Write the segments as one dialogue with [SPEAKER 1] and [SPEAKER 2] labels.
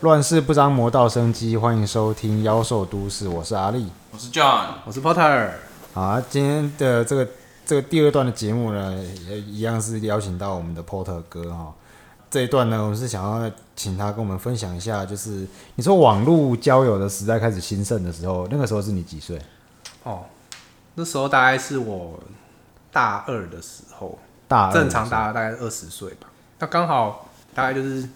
[SPEAKER 1] 乱世不张，魔道生机。欢迎收听《妖兽都市》，我是阿力。
[SPEAKER 2] 我是 John，
[SPEAKER 3] 我是 Potter，
[SPEAKER 1] 好、啊，今天的这个这个第二段的节目呢，也一样是邀请到我们的 Porter 哥哈、这一段呢，我们是想要请他跟我们分享一下，就是你说网络交友的时代开始兴盛的时候，那个时候是你几岁？
[SPEAKER 3] 哦，那时候大概是我大二的时候，
[SPEAKER 1] 大二
[SPEAKER 3] 正常大二大概二十岁吧，那刚好大概就是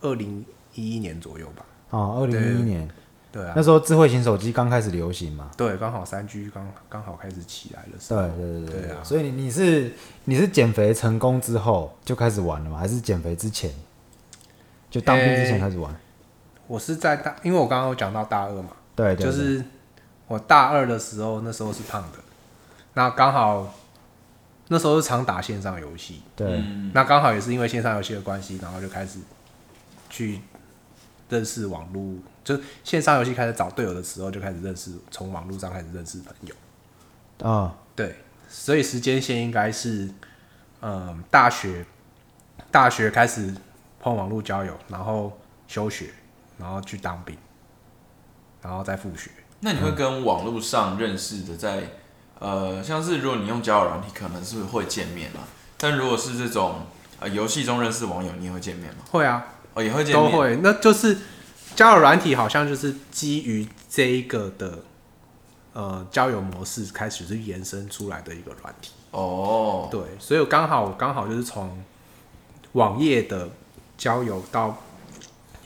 [SPEAKER 3] 二零一一年左右吧，
[SPEAKER 1] 哦，二零一一年
[SPEAKER 3] 对啊
[SPEAKER 1] 那，时候智慧型手机刚开始流行嘛。
[SPEAKER 3] 对，刚好三 G 刚刚好开始起来的时
[SPEAKER 1] 对
[SPEAKER 3] 候，
[SPEAKER 1] 对对
[SPEAKER 3] 对啊
[SPEAKER 1] 所以你你是你是减肥成功之后就开始玩了吗？还是减肥之前就当兵之前
[SPEAKER 3] 诶
[SPEAKER 1] 开始玩？
[SPEAKER 3] 我是在大，因为我刚刚有讲到大二嘛，
[SPEAKER 1] 对，对
[SPEAKER 3] 就是我大二的时候，那时候是胖的，那刚好那时候是常打线上游戏，
[SPEAKER 1] 对对
[SPEAKER 3] 那刚好也是因为线上游戏的关系，然后就开始去认识网络，就是线上游戏开始找队友的时候，就开始认识，从网络上开始认识朋友。
[SPEAKER 1] 啊，
[SPEAKER 3] 对，所以时间线应该是，嗯，大学大学开始碰网络交友，然后休学，然后去当兵，然后再复学。
[SPEAKER 2] 那你会跟网络上认识的在，呃，像是如果你用交友软体，可能是会见面啦。但如果是这种呃游戏中认识网友，你也会见面吗？
[SPEAKER 3] 会啊，
[SPEAKER 2] 哦，也会见
[SPEAKER 3] 都
[SPEAKER 2] 面，
[SPEAKER 3] 会，那就是交友软体好像就是基于这一个的呃交友模式开始是延伸出来的一个软体。
[SPEAKER 2] 哦，
[SPEAKER 3] 对，所以我刚好我刚好就是从网页的交友到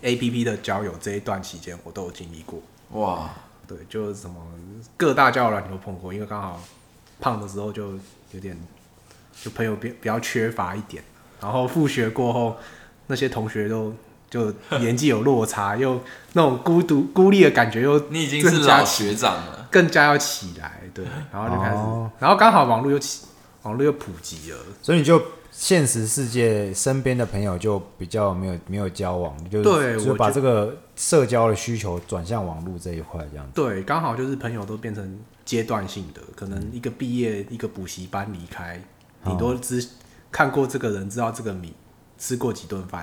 [SPEAKER 3] A P P 的交友这一段期间，我都有经历过。
[SPEAKER 2] 哇，
[SPEAKER 3] 对，就是什么各大交友软体都碰过，因为刚好胖的时候就有点就朋友比比较缺乏一点，然后复学过后，那些同学都就年纪有落差，又那种孤独孤立的感觉又
[SPEAKER 2] 你已经是
[SPEAKER 3] 更加
[SPEAKER 2] 老学长了，
[SPEAKER 3] 更加要起来，对，然后就开始，
[SPEAKER 1] 哦
[SPEAKER 3] 然后刚好网络又起，网络又普及了，
[SPEAKER 1] 所以你就现实世界身边的朋友就比较没有没有交往，就是
[SPEAKER 3] 对
[SPEAKER 1] 就是
[SPEAKER 3] 我
[SPEAKER 1] 把
[SPEAKER 3] 觉
[SPEAKER 1] 这个社交的需求转向网络这一块这样子。
[SPEAKER 3] 对，刚好就是朋友都变成阶段性的，可能一个毕业，一个补习班离开，
[SPEAKER 1] 哦
[SPEAKER 3] 你都知看过这个人，知道这个米，吃过几顿饭，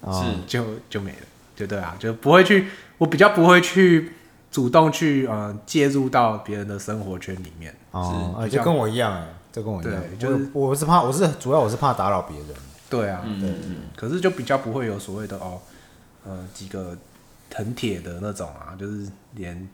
[SPEAKER 3] 啊
[SPEAKER 1] 哦
[SPEAKER 2] 是
[SPEAKER 3] 就就没了，就对啊，就不会去，我比较不会去主动去呃介入到别人的生活圈里面。
[SPEAKER 1] 哦，
[SPEAKER 3] 是
[SPEAKER 1] 啊
[SPEAKER 3] 比较
[SPEAKER 1] 就跟我一样哎，就跟我一样
[SPEAKER 3] 对，就
[SPEAKER 1] 就是我是怕我是主要我是怕打扰别人。
[SPEAKER 3] 对啊，
[SPEAKER 2] 嗯嗯嗯，
[SPEAKER 3] 可是就比较不会有所谓的哦，呃，几个很铁的那种啊，就是连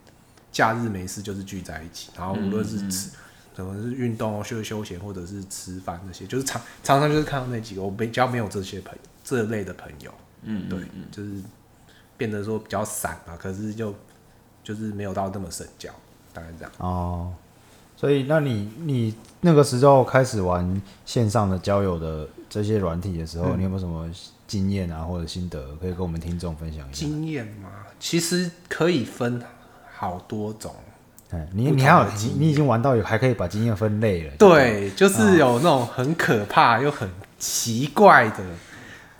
[SPEAKER 3] 假日没事就是聚在一起，然后无论是吃，可能是运动、哦休休闲或者是吃饭那些，就是常常常就是看到那几个，我比较没有这些朋这类的朋友，
[SPEAKER 2] 嗯，
[SPEAKER 3] 对
[SPEAKER 2] 嗯，嗯
[SPEAKER 3] 就是变得说比较散啊，可是就就是没有到那么深交，大概这样。
[SPEAKER 1] 哦，所以那你你那个时候开始玩线上的交友的这些软体的时
[SPEAKER 3] 嗯
[SPEAKER 1] 候，你有没有什么经验啊或者心得可以跟我们听众分享一下？
[SPEAKER 3] 经验嘛，其实可以分好多种。
[SPEAKER 1] 哎，你
[SPEAKER 3] 不
[SPEAKER 1] 你
[SPEAKER 3] 同
[SPEAKER 1] 还有
[SPEAKER 3] 的
[SPEAKER 1] 你
[SPEAKER 3] 经
[SPEAKER 1] 你已经玩到有还可以把经验分类了，
[SPEAKER 3] 对，就是有那种很可怕又很奇怪的，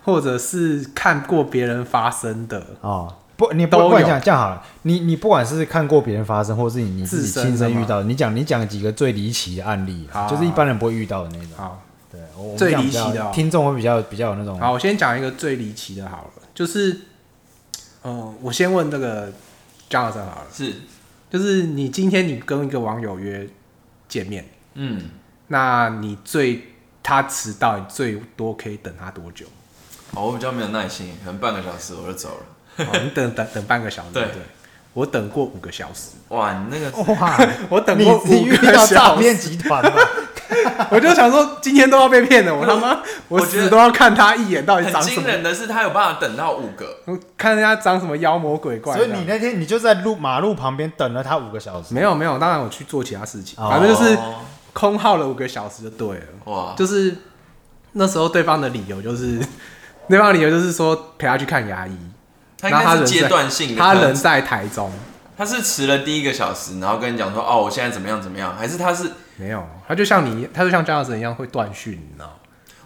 [SPEAKER 3] 或者是看过别人发生的
[SPEAKER 1] 哦。不，你不
[SPEAKER 3] 都有
[SPEAKER 1] 不管讲这样好了，你你不管是看过别人发生，或是你你自己
[SPEAKER 3] 自身的
[SPEAKER 1] 亲身
[SPEAKER 3] 吗
[SPEAKER 1] 遇到的，你讲你讲几个最离奇的案例啊，
[SPEAKER 3] 好
[SPEAKER 1] 就是一般人不会遇到的那种。
[SPEAKER 3] 啊。
[SPEAKER 1] 对，我我们
[SPEAKER 3] 最
[SPEAKER 1] 这样
[SPEAKER 3] 离
[SPEAKER 1] 比较
[SPEAKER 3] 奇的哦
[SPEAKER 1] 听众会比较比较有那种
[SPEAKER 3] 好，我先讲一个最离奇的好了，就是，呃，我先问这个 Jonathan 好了，
[SPEAKER 2] 是，
[SPEAKER 3] 就是你今天你跟一个网友约见面，
[SPEAKER 2] 嗯，
[SPEAKER 3] 那你最他迟到，你最多可以等他多 久？
[SPEAKER 2] 哦，我比较没有耐心，可能半个小时我就走了。
[SPEAKER 3] 哦、你等等等半个小时，
[SPEAKER 2] 对
[SPEAKER 3] 对，我等过五个小 时，
[SPEAKER 2] 哇，你那
[SPEAKER 3] 哦
[SPEAKER 2] 个
[SPEAKER 1] 哇，
[SPEAKER 3] 我 等
[SPEAKER 1] 你
[SPEAKER 3] 过
[SPEAKER 1] 你
[SPEAKER 3] 五
[SPEAKER 1] 遇
[SPEAKER 3] 个
[SPEAKER 1] 到
[SPEAKER 3] 小
[SPEAKER 1] 诈
[SPEAKER 3] 时。
[SPEAKER 1] 骗集团了。
[SPEAKER 3] 我就想说，今天都要被骗了，我他妈，我
[SPEAKER 2] 我觉得
[SPEAKER 3] 死都要看他一眼，到底
[SPEAKER 2] 很
[SPEAKER 3] 长什
[SPEAKER 2] 惊
[SPEAKER 3] 么，
[SPEAKER 2] 人的是，他有办法等到五个，
[SPEAKER 3] 我看人家长什么妖魔鬼怪
[SPEAKER 1] 所
[SPEAKER 3] 这
[SPEAKER 1] 以
[SPEAKER 3] 样。
[SPEAKER 1] 你那天你就在路马路旁边等了他五个小时，
[SPEAKER 3] 没有没有，当然我去做其他事情，
[SPEAKER 1] 哦
[SPEAKER 3] 反正就是
[SPEAKER 2] 哦
[SPEAKER 3] 空耗了五个小时就对了。
[SPEAKER 2] 哇，
[SPEAKER 3] 就是那时候对方的理由就是， 对方的理由就是说陪他去看牙医，
[SPEAKER 2] 他应
[SPEAKER 3] 那他
[SPEAKER 2] 该是
[SPEAKER 3] 人在
[SPEAKER 2] 阶段性的，
[SPEAKER 3] 他
[SPEAKER 2] 可能
[SPEAKER 3] 人在台中，
[SPEAKER 2] 他是迟了第一个小时，然后跟你讲说，哦，我现在怎么样怎么样，还是他是
[SPEAKER 3] 没有，他就像你，他就像江老师一样会断讯，你知道吗？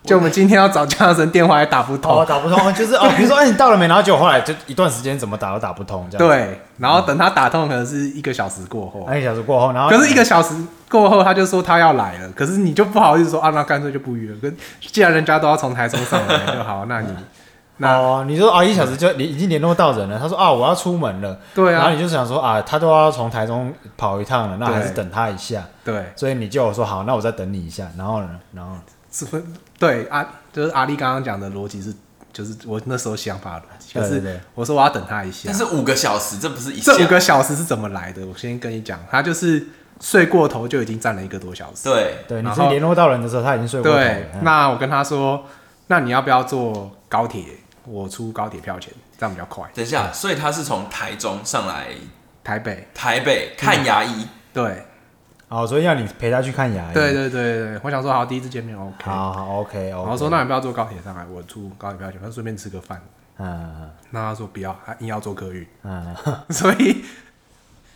[SPEAKER 3] 就我们今天要找江老师电话也打不
[SPEAKER 1] 哦
[SPEAKER 3] 通，
[SPEAKER 1] 打不通，就是哦，比如说哎你到了没？然后结果后来就一段时间怎么打都打不通这样。，
[SPEAKER 3] 对，然后等他打通可能是一个小时过后，
[SPEAKER 1] 那一小时过后，哎然后
[SPEAKER 3] 可是一个小时过后，他就说他要来了，可是
[SPEAKER 1] 哎
[SPEAKER 3] 你就不好意思说啊，那干脆就不约了。可既然人家都要从台中上来，就好，那你那
[SPEAKER 1] 哦，你说啊，一小时就你已经联络到人了。他说啊，我要出门了，
[SPEAKER 3] 对
[SPEAKER 1] 然后
[SPEAKER 3] 啊，
[SPEAKER 1] 你就想说啊，他都要从台中跑一趟了，那还是
[SPEAKER 3] 对
[SPEAKER 1] 等他一下。
[SPEAKER 3] 对，
[SPEAKER 1] 所以你就有说好，那我再等你一下。然后呢，然后呢
[SPEAKER 3] 是会对啊，就是阿丽刚刚讲的逻辑是，就是我那时候想法的逻辑，就
[SPEAKER 1] 对
[SPEAKER 3] 是
[SPEAKER 1] 对对
[SPEAKER 3] 我说我要等他一下
[SPEAKER 2] 但，是五个小时，这不是一下
[SPEAKER 3] 这五个小时是怎么来的？我先跟你讲，他就是睡过头就已经站了一个多小时。
[SPEAKER 2] 对，
[SPEAKER 1] 对，
[SPEAKER 3] 然
[SPEAKER 1] 你
[SPEAKER 3] 后
[SPEAKER 1] 是联络到人的时候，他已经睡过头了。
[SPEAKER 3] 对，
[SPEAKER 1] 嗯
[SPEAKER 3] 那我跟他说，那你要不要坐高铁？我出高铁票钱，这样比较快。
[SPEAKER 2] 等一下，所以他是从台中上来
[SPEAKER 3] 台北，
[SPEAKER 2] 台北看牙医，
[SPEAKER 3] 嗯对，
[SPEAKER 1] 哦，所以要你陪他去看牙医。
[SPEAKER 3] 对对对对，我想说好，第一次见面 OK。
[SPEAKER 1] 好好，OK，OK。
[SPEAKER 3] 然后说那你不要坐高铁上来，我出高铁票钱，他顺便吃个饭。
[SPEAKER 1] 嗯
[SPEAKER 3] 那他说不要，他硬要 坐客运，
[SPEAKER 1] 嗯，
[SPEAKER 3] 所以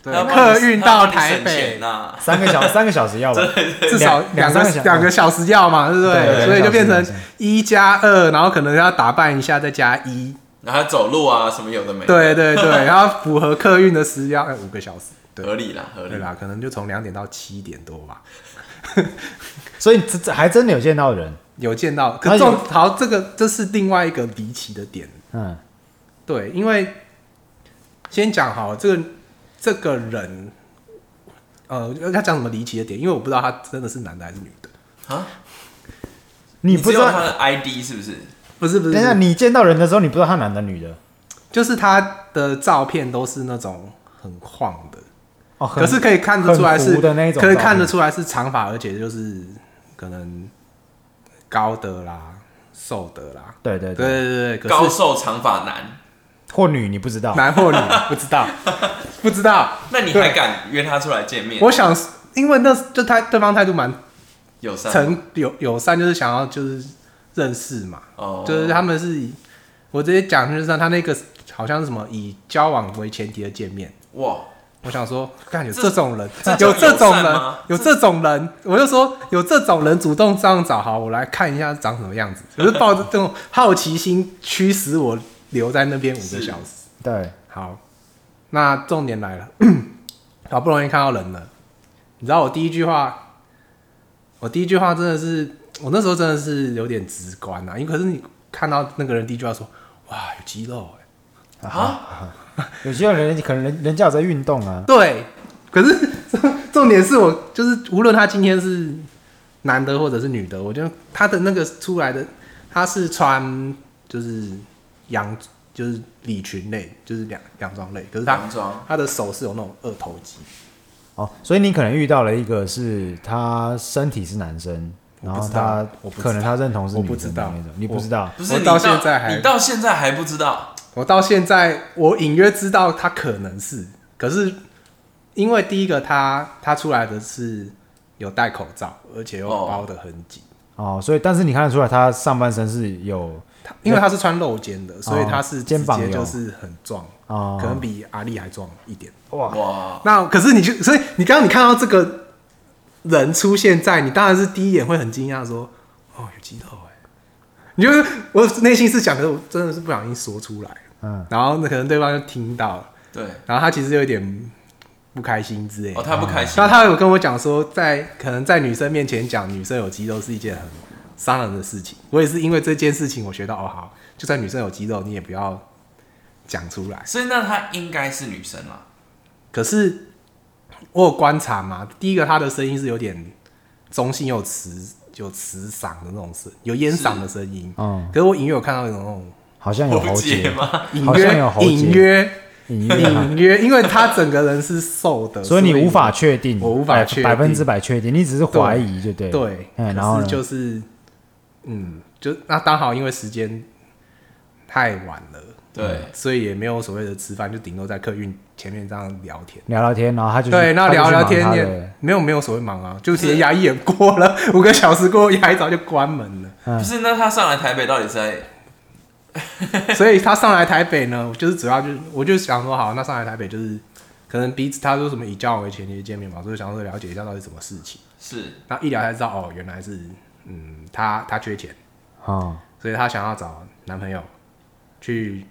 [SPEAKER 3] 对
[SPEAKER 2] 那帮你
[SPEAKER 3] 客运到台
[SPEAKER 2] 那帮你省钱啊
[SPEAKER 3] 北
[SPEAKER 2] 呐，
[SPEAKER 1] 三个小三个小时要吧？
[SPEAKER 3] 至少
[SPEAKER 1] 两
[SPEAKER 3] 两
[SPEAKER 1] 三
[SPEAKER 3] 个
[SPEAKER 1] 个小
[SPEAKER 3] 两个小时要嘛，对不
[SPEAKER 1] 对
[SPEAKER 3] 对？
[SPEAKER 1] 对
[SPEAKER 3] 所以就变
[SPEAKER 1] 两个小
[SPEAKER 3] 成
[SPEAKER 1] 时
[SPEAKER 3] 一加二，然后可能要打扮一下，再加一，
[SPEAKER 2] 然后走路啊什么有的没，
[SPEAKER 3] 对，对 对，然后符合客运的时要五个小时，对
[SPEAKER 2] 合理啦，合
[SPEAKER 3] 对
[SPEAKER 2] 理。
[SPEAKER 3] 啦，
[SPEAKER 1] 嗯
[SPEAKER 3] 可能就从两点到七点多吧。
[SPEAKER 1] 所以这这还真的有见到人。
[SPEAKER 3] 有见到，
[SPEAKER 1] 啊
[SPEAKER 3] 可
[SPEAKER 1] 有
[SPEAKER 3] 重好，这个这是另外一个离奇的点，
[SPEAKER 1] 嗯
[SPEAKER 3] 对，因为先讲好了这个这个人，呃，要讲什么离奇的点，因为我不知道他真的是男的还是女的，
[SPEAKER 2] 啊，
[SPEAKER 1] 你不知
[SPEAKER 2] 只有
[SPEAKER 1] 道
[SPEAKER 2] 他的 ID 是不是？
[SPEAKER 3] 不是不是，
[SPEAKER 1] 等一
[SPEAKER 3] 不
[SPEAKER 1] 下，
[SPEAKER 3] 是
[SPEAKER 1] 你见到人的时候，你不知道他男的女的
[SPEAKER 3] 就是他的照片都是那种很晃的，
[SPEAKER 1] 哦，很
[SPEAKER 3] 可是可以看得出来
[SPEAKER 1] 很
[SPEAKER 3] 是
[SPEAKER 1] 糊的那一种
[SPEAKER 3] 可以
[SPEAKER 1] 照
[SPEAKER 3] 看得
[SPEAKER 1] 片
[SPEAKER 3] 出来是长发，而且就是可能高的啦、瘦的啦，
[SPEAKER 1] 对对
[SPEAKER 3] 对
[SPEAKER 1] 对，
[SPEAKER 3] 对对对，可
[SPEAKER 2] 高
[SPEAKER 3] 是
[SPEAKER 2] 瘦长发男，
[SPEAKER 1] 或女你不知道，
[SPEAKER 3] 男或女不知 道，不知道。
[SPEAKER 2] 那你还敢约他出来见面？
[SPEAKER 3] 我想，因为那就他对方态度蛮
[SPEAKER 2] 友善吗
[SPEAKER 3] 诚友友善，就是想要就是认识嘛，
[SPEAKER 2] 哦，
[SPEAKER 3] 就是他们是以我直接讲就是他那个好像是什么以交往为前提的见面。
[SPEAKER 2] 哇，
[SPEAKER 3] 我想说，看有
[SPEAKER 2] 这
[SPEAKER 3] 这种人
[SPEAKER 2] 这，
[SPEAKER 3] 有
[SPEAKER 2] 这
[SPEAKER 3] 这种
[SPEAKER 2] 友善
[SPEAKER 3] 人
[SPEAKER 2] 吗，
[SPEAKER 3] 有这种人，我就说有这种人主动这样找，好，我来看一下长什么样子。我就抱着这种好奇心驱使我留在那边五个
[SPEAKER 2] 是
[SPEAKER 3] 小时。
[SPEAKER 1] 对，
[SPEAKER 3] 好，那重点来了， 好不容易看到人了，你知道我第一句话，我第一句话真的是，我那时候真的是有点直观啊，因为可是你看到那个人第一句话说，哇，有肌肉哎、
[SPEAKER 2] 啊，
[SPEAKER 1] 有些人可能人人家有在运动啊，
[SPEAKER 3] 对，可是 重点是我就是无论他今天是男的或者是女的，我觉得他的那个出来的，他是穿就是洋就是礼裙类，就是两两装类，可是他
[SPEAKER 2] 洋装
[SPEAKER 3] 他的手是有那种二头肌。
[SPEAKER 1] 哦，所以你可能遇到了一个是他身体是男生，
[SPEAKER 3] 我
[SPEAKER 1] 然
[SPEAKER 3] 不
[SPEAKER 1] 后
[SPEAKER 3] 知道
[SPEAKER 1] 他
[SPEAKER 3] 我不知道
[SPEAKER 1] 可能他认同是
[SPEAKER 3] 我
[SPEAKER 1] 女
[SPEAKER 3] 不
[SPEAKER 1] 生
[SPEAKER 3] 知
[SPEAKER 1] 的
[SPEAKER 3] 道
[SPEAKER 1] 那种，你不
[SPEAKER 3] 我
[SPEAKER 1] 知道
[SPEAKER 2] 不是
[SPEAKER 3] 我
[SPEAKER 2] 你
[SPEAKER 3] 到现在还
[SPEAKER 2] 你到现在还不知道，
[SPEAKER 3] 我到现在我隐约知道他可能是，可是因为第一个他他出来的是有戴口罩，而且又
[SPEAKER 2] 哦
[SPEAKER 3] 包得很紧，
[SPEAKER 1] 哦，所以但是你看得出来他上半身是有
[SPEAKER 3] 他因为他是穿露肩的，所以他是
[SPEAKER 1] 哦肩
[SPEAKER 3] 直
[SPEAKER 1] 膀
[SPEAKER 3] 接
[SPEAKER 1] 有
[SPEAKER 3] 就是很壮，
[SPEAKER 1] 哦
[SPEAKER 3] 可能比阿丽还壮一点。
[SPEAKER 1] 哇
[SPEAKER 2] 哇，
[SPEAKER 3] 那可是你就所以你刚刚你看到这个人出现在你，当然是第一眼会很惊讶说：“哦，有肌肉哎、你就是我内心是想，可是我真的是不小心说出来，
[SPEAKER 1] 嗯，
[SPEAKER 3] 然后那可能对方就听到了。
[SPEAKER 2] 对，
[SPEAKER 3] 然后他其实有一点不开心之类的。
[SPEAKER 2] 哦，他不开心
[SPEAKER 3] 然后，他有跟我讲说，在可能在女生面前讲女生有肌肉是一件很伤人的事情。我也是因为这件事情，我学到哦，好，就算女生有肌肉，你也不要讲出来。
[SPEAKER 2] 所以那他应该是女生啦，
[SPEAKER 3] 可是我有观察嘛，第一个他的声音是有点中性又磁有磁嗓的那种声，有烟嗓的声音。
[SPEAKER 1] 嗯，
[SPEAKER 3] 可是我隐约有看到有那种
[SPEAKER 1] 好像
[SPEAKER 3] 哦
[SPEAKER 1] 有
[SPEAKER 2] 喉
[SPEAKER 1] 喉
[SPEAKER 2] 结
[SPEAKER 1] 结，
[SPEAKER 2] 吗？
[SPEAKER 3] 隐
[SPEAKER 1] 好像有
[SPEAKER 3] 约
[SPEAKER 1] 喉结
[SPEAKER 3] 隐约
[SPEAKER 1] 隐约啊
[SPEAKER 3] 隐约，因为他整个人是瘦的，
[SPEAKER 1] 所以你无法确定，
[SPEAKER 3] 我无法
[SPEAKER 1] 百
[SPEAKER 3] 确定
[SPEAKER 1] 百分之百确定，你只是怀疑，就对。
[SPEAKER 3] 对，
[SPEAKER 1] 嗯，然后
[SPEAKER 3] 可
[SPEAKER 1] 呢
[SPEAKER 3] 是就是，嗯，就那刚好因为时间太晚了，
[SPEAKER 2] 对，
[SPEAKER 3] 所以也没有所谓的吃饭，就顶多在客运前面这样聊天。
[SPEAKER 1] 聊聊天，然后他就去
[SPEAKER 3] 对，那
[SPEAKER 1] 他就去
[SPEAKER 3] 聊
[SPEAKER 1] 忙
[SPEAKER 3] 聊
[SPEAKER 1] 他
[SPEAKER 3] 天
[SPEAKER 1] 的
[SPEAKER 3] 也没有没有所谓忙啊，就直接牙医也过了五个小时过后，牙医早就关门了。
[SPEAKER 1] 嗯
[SPEAKER 2] 不是，那他上来台北到底是在
[SPEAKER 3] 所以他上来台北呢，我就是主要就是我就想说，好，那上来台北就是可能彼此他说什么以交往为前提见面嘛，所以想说了解一下到底什么事情。
[SPEAKER 2] 是
[SPEAKER 3] 那一聊才知道哦，原来是嗯，他他缺钱。
[SPEAKER 1] 哦，
[SPEAKER 3] 所以她想要找男朋友去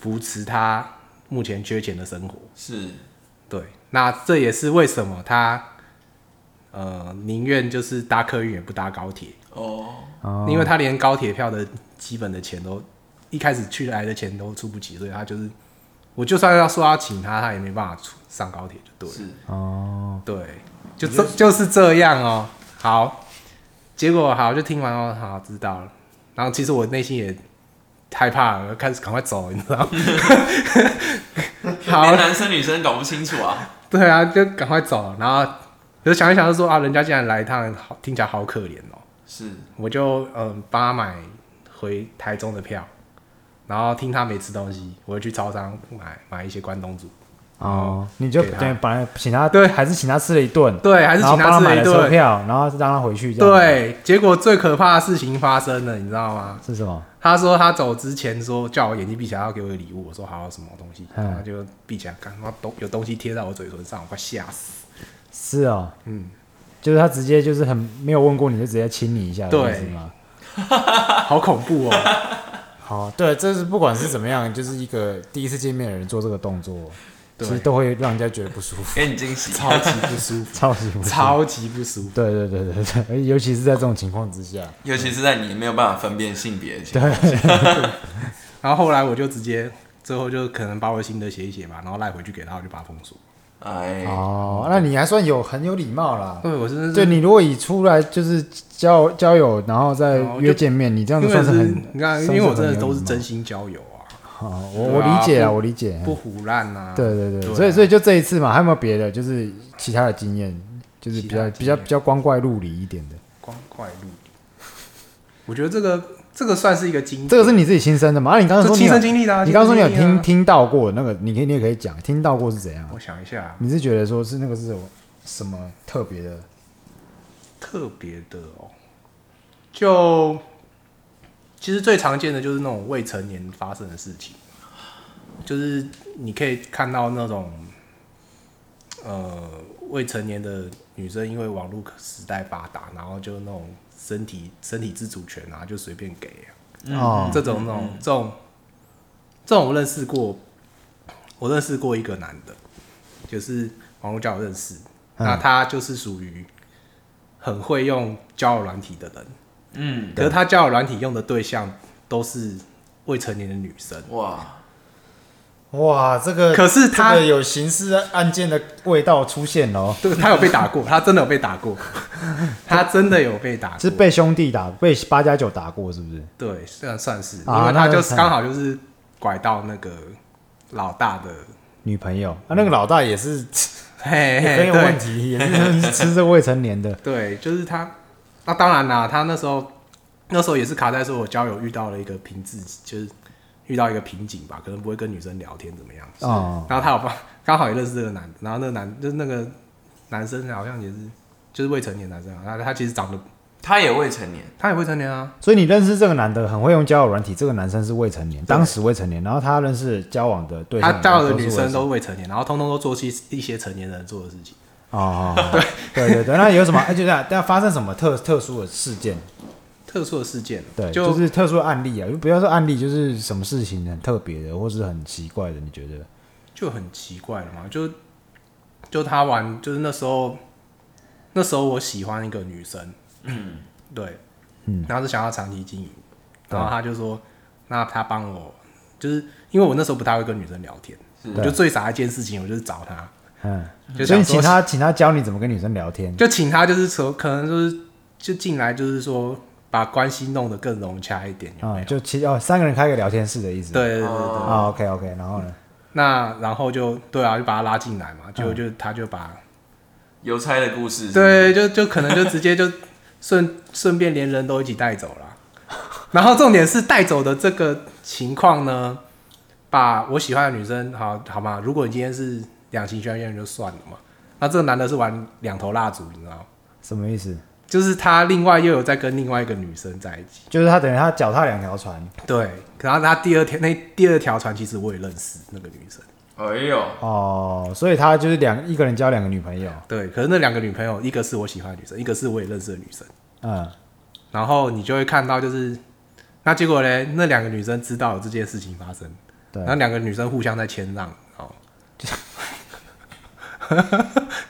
[SPEAKER 3] 扶持她目前缺钱的生活。
[SPEAKER 2] 是
[SPEAKER 3] 对，那这也是为什么她呃宁愿就是搭客运也不搭高铁，
[SPEAKER 2] 哦，
[SPEAKER 1] 哦
[SPEAKER 3] 因为她连高铁票的基本的钱都一开始去来的钱都出不起，所以他就是我就算要说要请他，他也没办法出上高铁，就对了。
[SPEAKER 2] 是
[SPEAKER 1] 哦，
[SPEAKER 3] 对，就这就是这样哦。好，结果好就听完哦，好知道了。然后其实我内心也害怕了，开始赶快走，你知 道吗？好
[SPEAKER 2] 连，男生女生搞不清楚啊，
[SPEAKER 3] 对啊，就赶快走。然后就想一想，就说啊，人家竟然来一趟，好听起来好可怜哦。
[SPEAKER 2] 是
[SPEAKER 3] 我就嗯帮他买回台中的票，然后听他没吃东西，我就去超商买买一些关东煮。
[SPEAKER 1] 哦，你就
[SPEAKER 3] 给他
[SPEAKER 1] 对，本来请他
[SPEAKER 3] 对
[SPEAKER 1] 还是请他吃了一顿，
[SPEAKER 3] 对，还是
[SPEAKER 1] 然后
[SPEAKER 3] 请
[SPEAKER 1] 帮他
[SPEAKER 3] 吃了
[SPEAKER 1] 买
[SPEAKER 3] 一
[SPEAKER 1] 了车
[SPEAKER 3] 顿。
[SPEAKER 1] 票，然后让他回去，这样，
[SPEAKER 3] 对，结果最可怕的事情发生了，你知道吗？
[SPEAKER 1] 是什么？
[SPEAKER 3] 他说他走之前说叫我眼睛闭起来，要给我个礼物。我说好，什么东西？
[SPEAKER 1] 嗯
[SPEAKER 3] 然后就闭起来，干妈东有东西贴在我嘴唇上，我快吓死。
[SPEAKER 1] 是哦，
[SPEAKER 3] 嗯，
[SPEAKER 1] 就是他直接就是很没有问过你就直接亲你一下，
[SPEAKER 3] 对
[SPEAKER 1] 是吗？
[SPEAKER 3] 好恐怖哦！
[SPEAKER 1] 好，对，这是不管是怎么样，就是一个第一次见面的人做这个动作，其
[SPEAKER 3] 对
[SPEAKER 1] 实都会让人家觉得不舒 服，
[SPEAKER 2] 给你惊喜，
[SPEAKER 3] 超级不舒服，
[SPEAKER 1] 超级不舒服。
[SPEAKER 3] 超级不舒服。
[SPEAKER 1] 对对对对对，尤其是在这种情况之下，
[SPEAKER 2] 尤其是在你没有办法分辨性别的情况，
[SPEAKER 3] 然后后来我就直接最后就可能把我的心得写一写吧，然后赖回去给他，我就把他封锁。
[SPEAKER 2] 哎，
[SPEAKER 1] 哦，那你还算有很有礼貌啦。
[SPEAKER 3] 对，我真的是
[SPEAKER 1] 对你如果以出来就是交交友，然后再
[SPEAKER 3] 哦
[SPEAKER 1] 约
[SPEAKER 3] 就
[SPEAKER 1] 见面，你这样
[SPEAKER 3] 因
[SPEAKER 1] 子
[SPEAKER 3] 为
[SPEAKER 1] 算
[SPEAKER 3] 是
[SPEAKER 1] 很，
[SPEAKER 3] 你看，因
[SPEAKER 1] 算
[SPEAKER 3] 为我
[SPEAKER 1] 很
[SPEAKER 3] 真的
[SPEAKER 1] 有
[SPEAKER 3] 都
[SPEAKER 1] 礼
[SPEAKER 3] 是
[SPEAKER 1] 貌
[SPEAKER 3] 真心交友啊，
[SPEAKER 1] 哦，我我
[SPEAKER 3] 对啊
[SPEAKER 1] 理解啊，
[SPEAKER 3] 不
[SPEAKER 1] 我理解。
[SPEAKER 3] 不胡乱啊。
[SPEAKER 1] 对对对，
[SPEAKER 3] 对啊
[SPEAKER 1] 所以所以就这一次嘛，还有没有别的？就是其他的经验，就是比
[SPEAKER 3] 其他
[SPEAKER 1] 较
[SPEAKER 3] 的
[SPEAKER 1] 比较
[SPEAKER 3] 经验
[SPEAKER 1] 比较光怪陆离一点的。
[SPEAKER 3] 光怪陆离。我觉得这个这个算是一个经典，
[SPEAKER 1] 这个是你自己亲身的吗？啊，你刚刚
[SPEAKER 3] 这
[SPEAKER 1] 说你
[SPEAKER 3] 亲
[SPEAKER 1] 有
[SPEAKER 3] 身经历的啊。
[SPEAKER 1] 你刚刚说你有
[SPEAKER 3] 亲身经历
[SPEAKER 1] 听
[SPEAKER 3] 啊？
[SPEAKER 1] 听到过那个，你可以你也可以讲，听到过是怎样？
[SPEAKER 3] 我想一下，啊
[SPEAKER 1] 你是觉得说是那个是有什么特别的？
[SPEAKER 3] 特别的哦，就其实最常见的就是那种未成年发生的事情，就是你可以看到那种呃未成年的女生，因为网络时代发达，然后就那种身体身体自主权啊，就随便给啊、
[SPEAKER 1] 哦
[SPEAKER 3] 这种那种这种这种我认识过，我认识过一个男的，就是网络交友认识，
[SPEAKER 1] 嗯
[SPEAKER 3] 那他就是属于很会用交友软体的人，
[SPEAKER 2] 嗯，
[SPEAKER 3] 可是他交友软体用的对象都是未成年的女生，
[SPEAKER 2] 哇，
[SPEAKER 1] 哇，这个
[SPEAKER 3] 可是他
[SPEAKER 1] 这个有刑事案件的味道出现了哦，
[SPEAKER 3] 对，他有被 打过，他真的有被打过，他真的有被打
[SPEAKER 1] 是
[SPEAKER 3] 过，
[SPEAKER 1] 被兄弟打，被八加九打过，是不是？
[SPEAKER 3] 对，算算是，
[SPEAKER 1] 啊
[SPEAKER 3] 因
[SPEAKER 1] 那
[SPEAKER 3] 为他
[SPEAKER 1] 就
[SPEAKER 3] 就是
[SPEAKER 1] 惨
[SPEAKER 3] 刚好就是拐到那个老大的，
[SPEAKER 1] 女朋友啊，那个老大也是
[SPEAKER 3] 嘿
[SPEAKER 1] 也很
[SPEAKER 3] 嘿，
[SPEAKER 1] 有
[SPEAKER 3] 嗯哎对
[SPEAKER 1] 问。题，也是吃这未成年 的。
[SPEAKER 3] 对，就是他。那、当然啦，他那时候那时候也是卡在说，我交友遇到了一个瓶自己，就是遇到一个瓶颈吧，可能不会跟女生聊天怎么样。
[SPEAKER 1] 哦
[SPEAKER 3] 然后他有帮，刚好也认识这个男的，然后那个男就是那个男生好像也是就是未成年男生啊，然后他其实长得
[SPEAKER 2] 他也未成年，
[SPEAKER 3] 他也未成年啊，
[SPEAKER 1] 所以你认识这个男的很会用交友软体，这个男生是未成年，当时未成年，然后他认识交往的对象
[SPEAKER 3] 他
[SPEAKER 1] 也都是未成年，
[SPEAKER 3] 交友的女生都未成年，然后通通都做些一些成年人做的事情。
[SPEAKER 1] 哦， 对对对对，那有什么？哎，就这样，但发生什么特特殊的事件？
[SPEAKER 3] 特殊的事件，
[SPEAKER 1] 对，
[SPEAKER 3] 就
[SPEAKER 1] 就是特殊的案例啊，就不要说案例，就是什么事情很特别的，或是很奇怪的，你觉得？
[SPEAKER 3] 就很奇怪了嘛，就就他玩，就是那时候那时候我喜欢一个女生，嗯，对，
[SPEAKER 1] 嗯，
[SPEAKER 3] 然后是想要长期经营，
[SPEAKER 1] 对
[SPEAKER 3] 然后他就说，那他帮我，就是因为我那时候不太会跟女生聊天，
[SPEAKER 2] 是
[SPEAKER 3] 我就最傻的一件事情，我就是找他，
[SPEAKER 1] 嗯，所
[SPEAKER 3] 就
[SPEAKER 1] 以
[SPEAKER 3] 想
[SPEAKER 1] 你
[SPEAKER 3] 说
[SPEAKER 1] 请，他，请他教你怎么跟女生聊天。
[SPEAKER 3] 就请他就是说，可能就是就进来就是说把关系弄得更融洽一点，有
[SPEAKER 1] 啊、
[SPEAKER 3] 没有？
[SPEAKER 1] 就其哦，三个人开个聊天室的意思。
[SPEAKER 3] 对对对对
[SPEAKER 2] 哦
[SPEAKER 1] 啊、o k OK，然后呢？
[SPEAKER 3] 那然后就对啊，就把他拉进来嘛，就就他就把
[SPEAKER 2] 邮差的故事，，
[SPEAKER 3] 对，就就可能就直接就 顺顺便连人都一起带走了。 然后重点是带走的这个情况呢，把我喜欢的女生，好好吗？如果你今天是两情相悦就算了嘛，那这个男的是玩两头蜡烛，你知道吗？
[SPEAKER 1] 什么意思？
[SPEAKER 3] 就是他另外又有在跟另外一个女生在一起，
[SPEAKER 1] 就是他等于他脚踏两条船。
[SPEAKER 3] 对。然后他第二天那第二条船其实我也认识那个女生，
[SPEAKER 2] 哎呦，
[SPEAKER 1] 哦，所以他就是两一个人交两个女朋友。
[SPEAKER 3] 对。可是那两个女朋友，一个是我喜欢的女生，一个是我也认识的女生。
[SPEAKER 1] 嗯，
[SPEAKER 3] 然后你就会看到，就是那结果嘞，那两个女生知道有这件事情发生，
[SPEAKER 1] 对。
[SPEAKER 3] 然后两个女生互相在谦让，哦，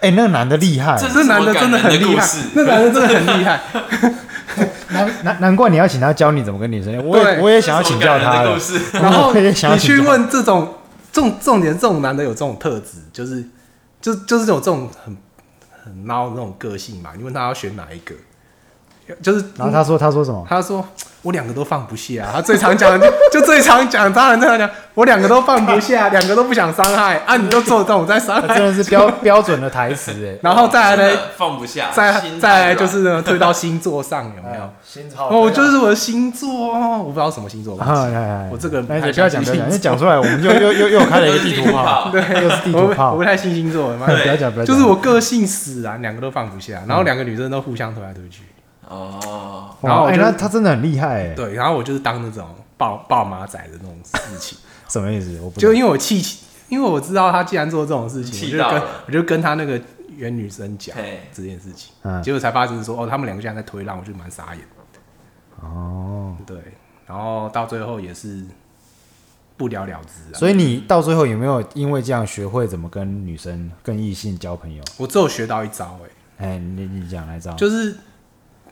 [SPEAKER 1] 哎、那个男的厉害，
[SPEAKER 2] 这
[SPEAKER 3] 这
[SPEAKER 2] 是
[SPEAKER 3] 男的真
[SPEAKER 2] 的
[SPEAKER 3] 很厉
[SPEAKER 2] 故
[SPEAKER 3] 害
[SPEAKER 2] 事，
[SPEAKER 3] 那男的真的很厉害，
[SPEAKER 1] 难难难怪你要请他教你怎么跟女生聊，我也
[SPEAKER 3] 对
[SPEAKER 1] 我也想要请教他
[SPEAKER 2] 这
[SPEAKER 1] 了
[SPEAKER 2] 种感人的故。事，
[SPEAKER 1] 我
[SPEAKER 3] 然后
[SPEAKER 1] 也想要
[SPEAKER 3] 你
[SPEAKER 1] 请
[SPEAKER 3] 去
[SPEAKER 1] 教
[SPEAKER 3] 问这种重重点，这种男的有这种特质，就是就就是有这种很很孬的那种个性嘛。你问他要选哪一个，就是
[SPEAKER 1] 然后他说他说什么？
[SPEAKER 3] 他说我两个都放不下、啊他最常讲的就 就最常讲，当然这样讲，我两个都放不下，两个都不想伤害啊，你都做到我在伤
[SPEAKER 1] 他真
[SPEAKER 3] 害，
[SPEAKER 1] 的是标标准的台词哎。
[SPEAKER 3] 然后再来
[SPEAKER 2] 真
[SPEAKER 3] 呢，
[SPEAKER 2] 的放不下，
[SPEAKER 3] 再
[SPEAKER 2] 心太
[SPEAKER 3] 再来就
[SPEAKER 2] 软啊
[SPEAKER 3] 是呢，推到星座上有 没有
[SPEAKER 1] 哎？心好
[SPEAKER 3] 哦，就是我的星座哦，我不知道什么星座，
[SPEAKER 1] 啊，哎哎哎
[SPEAKER 3] 我这个人
[SPEAKER 1] 那
[SPEAKER 3] 不
[SPEAKER 1] 就
[SPEAKER 3] 太
[SPEAKER 1] 不要
[SPEAKER 3] 相
[SPEAKER 1] 讲，不
[SPEAKER 3] 信
[SPEAKER 1] 要讲，
[SPEAKER 3] 星
[SPEAKER 1] 因为讲出来我们又又又又开了一个地图 炮，
[SPEAKER 2] 对
[SPEAKER 1] 又是地
[SPEAKER 3] 我
[SPEAKER 1] 图
[SPEAKER 3] 不我
[SPEAKER 1] 炮
[SPEAKER 3] 不。太信星座，妈
[SPEAKER 1] 不
[SPEAKER 3] 的
[SPEAKER 2] 对
[SPEAKER 1] 要讲，不要讲，
[SPEAKER 3] 就是我个性使然，两个都放不下，
[SPEAKER 1] 嗯
[SPEAKER 3] 然后两个女生都互相推来推去，
[SPEAKER 2] 哦，
[SPEAKER 1] 哇。
[SPEAKER 3] 然后我
[SPEAKER 1] 哎，
[SPEAKER 3] 就
[SPEAKER 1] 那他真的很厉害哎，
[SPEAKER 3] 对，然后我就是当那种抱抱马仔的那种事 情，
[SPEAKER 1] 什么意思？我不
[SPEAKER 3] 就因为我气，因为我知道他既然做这种事情，
[SPEAKER 2] 气
[SPEAKER 3] 我就
[SPEAKER 2] 到
[SPEAKER 3] 跟
[SPEAKER 2] 了
[SPEAKER 3] 我就跟他那个原女生讲
[SPEAKER 2] 嘿，
[SPEAKER 3] 这件事情，
[SPEAKER 1] 嗯
[SPEAKER 3] 结果才发现说哦，他们两个现在在推让，我就蛮傻眼的，
[SPEAKER 1] 哦，
[SPEAKER 3] 对，然后到最后也是不了了之啊。
[SPEAKER 1] 所以你到最后有没有因为这样学会怎么跟女生、跟异性交朋友？
[SPEAKER 3] 我只有学到一招、欸，
[SPEAKER 1] 哎，你你讲来着？
[SPEAKER 3] 就是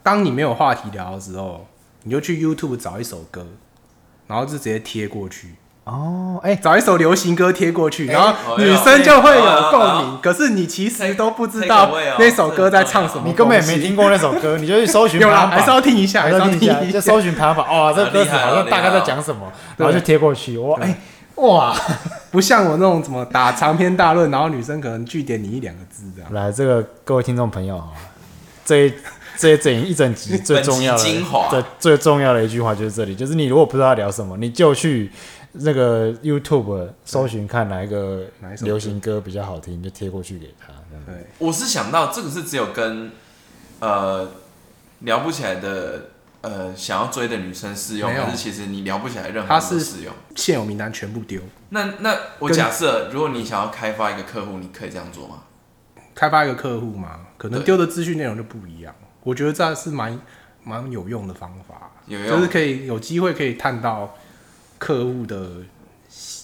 [SPEAKER 3] 当你没有话题聊的时候，你就去 YouTube 找一首歌，然后就直接贴过去，
[SPEAKER 1] 哦，哎，
[SPEAKER 3] 找一首流行歌贴过去，
[SPEAKER 1] 哎
[SPEAKER 3] 然后女生就会
[SPEAKER 2] 哎
[SPEAKER 3] 有
[SPEAKER 2] 哦
[SPEAKER 3] 共鸣。可是你其实
[SPEAKER 2] Take-
[SPEAKER 3] 都不知道
[SPEAKER 2] take away 哦
[SPEAKER 3] 那首歌在唱什么，
[SPEAKER 1] 你
[SPEAKER 2] 啊
[SPEAKER 1] 根本也没听。过那首 歌，你就去搜寻
[SPEAKER 3] 有
[SPEAKER 1] 排
[SPEAKER 3] 啦，
[SPEAKER 1] 行
[SPEAKER 3] 哦还是
[SPEAKER 1] 榜，
[SPEAKER 3] 要听一下，
[SPEAKER 1] 还
[SPEAKER 3] 还
[SPEAKER 1] 是
[SPEAKER 3] 是
[SPEAKER 1] 要
[SPEAKER 3] 要
[SPEAKER 1] 听
[SPEAKER 3] 听哦
[SPEAKER 1] 一下，
[SPEAKER 3] 一
[SPEAKER 1] 就
[SPEAKER 3] 下。
[SPEAKER 1] 搜寻排行榜，哦，这歌词好像大概在讲什么，然后就贴过去，哇，哎，哇，
[SPEAKER 3] 不像我那种什么打长篇大论，然后女生可能据点你一两个字这样。
[SPEAKER 1] 来，这个各位听众朋友哈，这一这一整一整集最重要的
[SPEAKER 2] 本集精华
[SPEAKER 1] 最最重要的一句话就是这里，就是你如果不知道聊什么，你就去那个 YouTube 搜寻看哪一个
[SPEAKER 3] 哪一首歌
[SPEAKER 1] 流行歌比较好听，你就贴过去给他。这样
[SPEAKER 3] 对，
[SPEAKER 2] 我是想到这个是只有跟呃聊不起来的呃想要追的女生适用，
[SPEAKER 3] 没有
[SPEAKER 2] 还是其实你聊不起来任何
[SPEAKER 3] 它
[SPEAKER 2] 人都
[SPEAKER 3] 是
[SPEAKER 2] 适用？
[SPEAKER 3] 现有名单全部丢，
[SPEAKER 2] 那那我
[SPEAKER 3] 跟
[SPEAKER 2] 假设，如果你想要开发一个客户，你可以这样做吗？
[SPEAKER 3] 开发一个客户嘛，可能
[SPEAKER 2] 对
[SPEAKER 3] 丢的资讯内容就不一样。我觉得这是蛮蛮有用的方法。
[SPEAKER 2] 有用
[SPEAKER 3] 就是可以有机会可以探到客户的心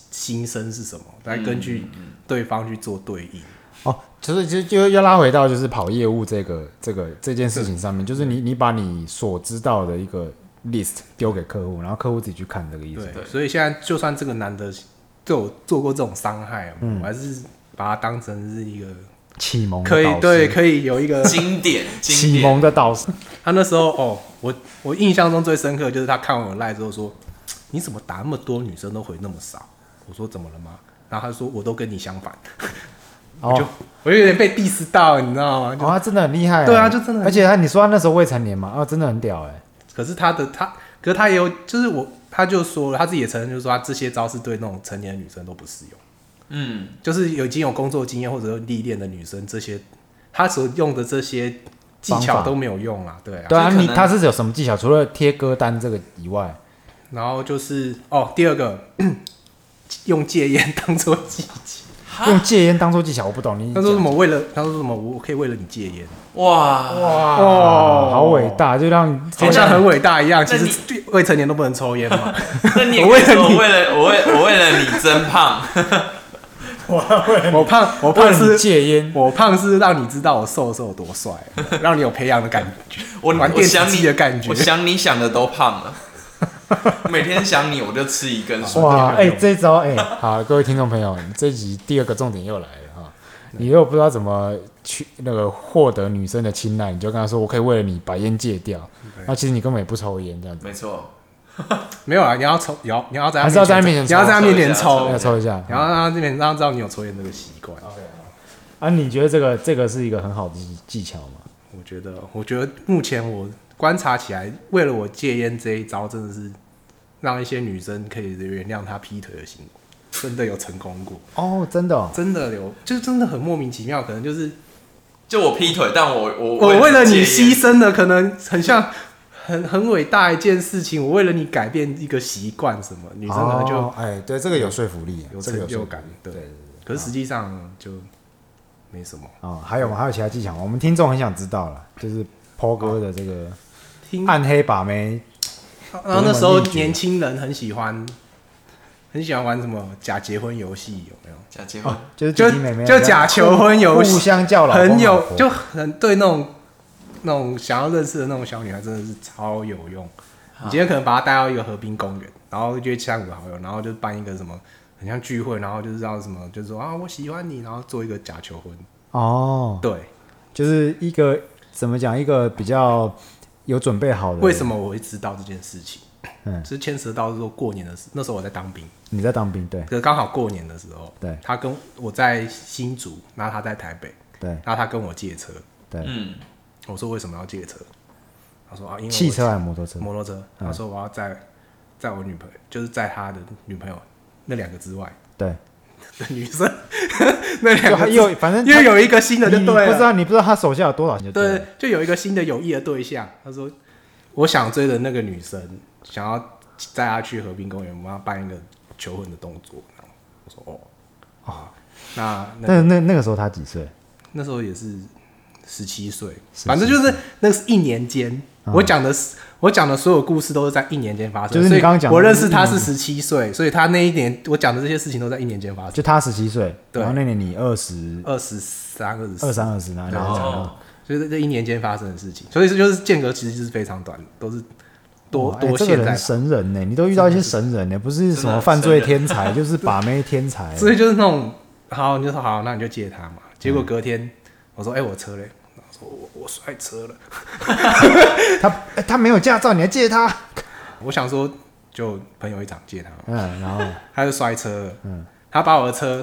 [SPEAKER 3] 心声是什么，来根据对方去做对应。
[SPEAKER 1] 哦，就是就就要拉回到就是跑业务这个这个这件事情上面，就是你你把你所知道的一个 list 丢给客户，然后客户自己去看这个意思。
[SPEAKER 3] 对，所以现在就算这个男的对我做过这种伤害，我还是把他当成是一个
[SPEAKER 1] 启蒙的
[SPEAKER 3] 可
[SPEAKER 1] 导
[SPEAKER 3] 以
[SPEAKER 1] 师
[SPEAKER 3] 对可以有一个。
[SPEAKER 2] 经典，经
[SPEAKER 1] 启
[SPEAKER 2] 典，
[SPEAKER 1] 蒙的导师，
[SPEAKER 3] 他那时候哦，我我印象中最深刻的就是他看完我赖之后说：“你怎么打那么多女生都回那么少？”我说：“怎么了吗？”然后他说：“我都跟你相反。
[SPEAKER 1] 哦
[SPEAKER 3] 就我有点被 diss 到，你知道吗？就
[SPEAKER 1] 哦，他真的很厉害、欸
[SPEAKER 3] 对啊就真的很
[SPEAKER 1] 而且他你说他那时候未成年嘛，啊，真的很屌哎、
[SPEAKER 3] 可是他的他，可是他也有，就是我，他就说了，他自己也承认，就是说他这些招式对那种成年的女生都不适用，
[SPEAKER 2] 嗯，
[SPEAKER 3] 就是有已经有工作经验或者有历练的女生，这些他所用的这些技
[SPEAKER 1] 方
[SPEAKER 3] 巧
[SPEAKER 1] 法
[SPEAKER 3] 都没有用啊，对啊。
[SPEAKER 1] 对啊，
[SPEAKER 2] 所以可
[SPEAKER 1] 你
[SPEAKER 2] 能
[SPEAKER 1] 他是有什么技巧？除了贴歌单这个以外，
[SPEAKER 3] 然后就是哦，第二个 用戒烟当做技巧，
[SPEAKER 1] 用戒烟当做技巧，我不懂你
[SPEAKER 3] 他说什
[SPEAKER 1] 讲
[SPEAKER 3] 么为了，他说什么我可以为了你戒烟，
[SPEAKER 2] 哇，
[SPEAKER 1] 哇
[SPEAKER 3] 哦
[SPEAKER 1] 好伟大，就让
[SPEAKER 3] 好像很伟大一样，
[SPEAKER 2] 那
[SPEAKER 3] 其
[SPEAKER 2] 你
[SPEAKER 3] 实对未成年都不能抽烟嘛。
[SPEAKER 2] 那你也
[SPEAKER 3] 我
[SPEAKER 2] 可以
[SPEAKER 3] 为了你
[SPEAKER 2] 说我为了我为我为了你增 胖，
[SPEAKER 3] 我胖，我
[SPEAKER 1] 为
[SPEAKER 3] 胖
[SPEAKER 1] 了你
[SPEAKER 3] 是。
[SPEAKER 1] 戒烟，
[SPEAKER 3] 我胖是让你知道我瘦的时候有多帅，让你有培养的感觉。
[SPEAKER 2] 我
[SPEAKER 3] 玩
[SPEAKER 2] 我
[SPEAKER 3] 电子
[SPEAKER 2] 想
[SPEAKER 3] 鸡
[SPEAKER 2] 你
[SPEAKER 3] 的感觉
[SPEAKER 2] 我，想你想的都 胖了，每天想你我就吃一根薯
[SPEAKER 1] 哇，
[SPEAKER 2] 条。
[SPEAKER 1] 哎、这招哎、好，各位听众朋友，这集第二个重点又来了哈。你又不知道怎么去那个获得女生的青睐，你就跟她说：“我可以为了你把烟戒掉。”那其实你根本也不抽烟，这样子。
[SPEAKER 2] 没错，
[SPEAKER 3] 没有啊，你要抽，你要你要在他
[SPEAKER 1] 还是要在他面前
[SPEAKER 3] 你要在他面前
[SPEAKER 2] 抽
[SPEAKER 1] 要
[SPEAKER 3] 抽，
[SPEAKER 1] 抽一啊下。
[SPEAKER 3] 你要让他这边让他知道你有抽烟这个习惯。
[SPEAKER 1] 啊，你觉得这个这个是一个很好的技巧吗？
[SPEAKER 3] 我觉得，我觉得目前我观察起来，为了我戒烟这一招，真的是让一些女生可以原谅他劈腿的行为，真的有成功过，
[SPEAKER 1] 哦，真的、哦，
[SPEAKER 3] 真的有，就是真的很莫名其妙，可能就是
[SPEAKER 2] 就我劈腿，但我我
[SPEAKER 3] 我为了你
[SPEAKER 2] 戒烟
[SPEAKER 3] 牺牲的，可能很像。很很伟大一件事情，我为了你改变一个习惯，什么女生可能就嗯
[SPEAKER 1] 哦哎，对，这个有说服力，
[SPEAKER 3] 有
[SPEAKER 1] 这个有
[SPEAKER 3] 成
[SPEAKER 1] 说
[SPEAKER 3] 就
[SPEAKER 1] 服
[SPEAKER 3] 感
[SPEAKER 1] 力，
[SPEAKER 3] 对
[SPEAKER 1] 对。
[SPEAKER 3] 可是实际上就没什么。
[SPEAKER 1] 哦，还有吗？还有其他技巧吗？我们听众很想知道了，就是坡
[SPEAKER 3] 啊
[SPEAKER 1] 哥的这个
[SPEAKER 3] 听
[SPEAKER 1] 暗黑把妹
[SPEAKER 3] 啊然后那时候年轻人很喜欢，很喜欢玩什么假结婚游戏，有没有？
[SPEAKER 2] 假结婚，
[SPEAKER 1] 就是
[SPEAKER 3] 哦就
[SPEAKER 1] 弟弟妹妹
[SPEAKER 3] 就假求婚游戏
[SPEAKER 1] 互相叫老公啊
[SPEAKER 3] 很
[SPEAKER 1] 老
[SPEAKER 3] 有
[SPEAKER 1] 婆
[SPEAKER 3] 就很对那种那种想要认识的那种小女孩，真的是超有用。你今天可能把她带到一个河滨公园，然后约七五好友，然后就办一个什么很像聚会，然后就是要什么，就是说啊我喜欢你，然后做一个假求婚。
[SPEAKER 1] 哦，
[SPEAKER 3] 对，
[SPEAKER 1] 就是一个怎么讲，一个比较有准备好的。
[SPEAKER 3] 为什
[SPEAKER 1] 么
[SPEAKER 3] 么我会知道这件事情？
[SPEAKER 1] 嗯
[SPEAKER 3] 是牵涉到说过年的事，那时候我在当兵，
[SPEAKER 1] 你在当兵？对
[SPEAKER 3] 可是刚好过年的时候，
[SPEAKER 1] 对
[SPEAKER 3] 他跟我在新竹，然后他在台北，
[SPEAKER 1] 对
[SPEAKER 3] 然后他跟我借车，
[SPEAKER 1] 对，
[SPEAKER 2] 嗯，
[SPEAKER 3] 我说为什么要借车？他说啊，因为我嗯
[SPEAKER 1] 汽车还嗯是摩托车？
[SPEAKER 3] 摩托车，他说我要载载我女朋友，就是载他的女朋友那两个之外
[SPEAKER 1] 对，
[SPEAKER 3] 的女生， 那
[SPEAKER 1] 就
[SPEAKER 3] 两
[SPEAKER 1] 还
[SPEAKER 3] 个
[SPEAKER 1] 有反正
[SPEAKER 3] 因为有一个新的就
[SPEAKER 1] 你
[SPEAKER 3] 对
[SPEAKER 1] 不知
[SPEAKER 3] 了，
[SPEAKER 1] 道你不知道他手下有多少钱就对了
[SPEAKER 3] 对，就有一个新的有意的对象。他说我想追的那个女生，想要载她去和平公园，我们要办一个求婚的动作。然后我说哦哦，那那
[SPEAKER 1] 但是那那个时候他几岁？
[SPEAKER 3] 那时候也是十七岁，
[SPEAKER 1] 17
[SPEAKER 3] 反正就是那是一年间，我讲的是我讲的所有故事都是在一年间发
[SPEAKER 1] 嗯
[SPEAKER 3] 生，
[SPEAKER 1] 就是你
[SPEAKER 3] 所以
[SPEAKER 1] 刚刚讲的
[SPEAKER 3] 我认识他是十七岁，所以他那一年我讲的这些事情都在一年间发生，
[SPEAKER 1] 就他十七岁，
[SPEAKER 3] 对
[SPEAKER 1] 然后那年你二十
[SPEAKER 3] 二十三、二十
[SPEAKER 1] 二
[SPEAKER 3] 四，
[SPEAKER 1] 三二十，然后你
[SPEAKER 2] 然
[SPEAKER 1] 就讲
[SPEAKER 3] 哦
[SPEAKER 2] 后
[SPEAKER 1] 到
[SPEAKER 3] 就是这一年间发生的事情，所以这就是间隔其实是非常短的，都是多
[SPEAKER 1] 哇哎
[SPEAKER 3] 多
[SPEAKER 1] 这个
[SPEAKER 3] 现在
[SPEAKER 1] 人
[SPEAKER 3] 发，
[SPEAKER 1] 神人呢，你都遇到一些神人呢，不是什么犯罪天 才，就是把妹天才。
[SPEAKER 3] 所以就是那种好，你就说好，那你就借他嘛，结
[SPEAKER 1] 嗯
[SPEAKER 3] 果隔天我说哎、我车嘞，然后说我我摔车了，
[SPEAKER 1] 他哎他没有驾照，你还借 他？
[SPEAKER 3] 我想说就朋友一掌借他嘛。
[SPEAKER 1] 嗯，然后
[SPEAKER 3] 他就摔车了。
[SPEAKER 1] 嗯
[SPEAKER 3] 他把我的车，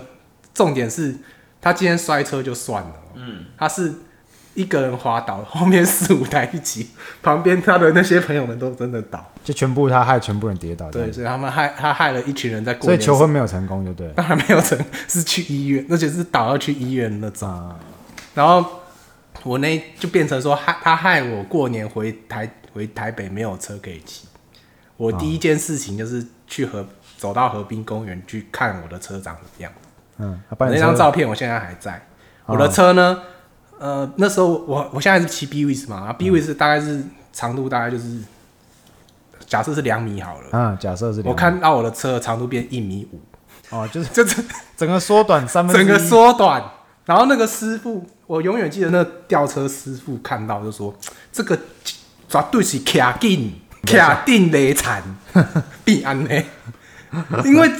[SPEAKER 3] 重点是他今天摔车就算了，嗯，他是一个人滑倒，后面四五台一起，旁边他的那些朋友们都真的倒，
[SPEAKER 1] 就全部他害全部人跌倒。这样
[SPEAKER 3] 对，，所以他们害他害了一群人在过
[SPEAKER 1] 所以
[SPEAKER 3] 年的时候，
[SPEAKER 1] 求婚没有成功，就对了。
[SPEAKER 3] 当然没有成，是去医院，而且是倒要去医院那种。
[SPEAKER 1] 啊，
[SPEAKER 3] 然后我那就变成说害他害我过年回台回台北没有车可以骑。我第一件事情就是去河走到河滨公园去看我的车长怎么样。
[SPEAKER 1] 嗯，他
[SPEAKER 3] 我
[SPEAKER 1] 把你
[SPEAKER 3] 那
[SPEAKER 1] 车
[SPEAKER 3] 张照片我现在还在。我的车呢，呃，那时候我我现在是骑 B w i s 嘛，B 啊 w i s 大概是长度大概就是，假设是两米好了，
[SPEAKER 1] 嗯，假设是
[SPEAKER 3] 我
[SPEAKER 1] 两
[SPEAKER 3] 看到我的车的长度变一米五，
[SPEAKER 1] 哦，就是
[SPEAKER 3] 就整
[SPEAKER 1] 整个缩短三分之
[SPEAKER 3] 整
[SPEAKER 1] 一，
[SPEAKER 3] 个缩短。然后那个师傅，我永远记得那个吊车师傅看到就说：“这个绝对是卡定卡定雷惨，必安呢。”因为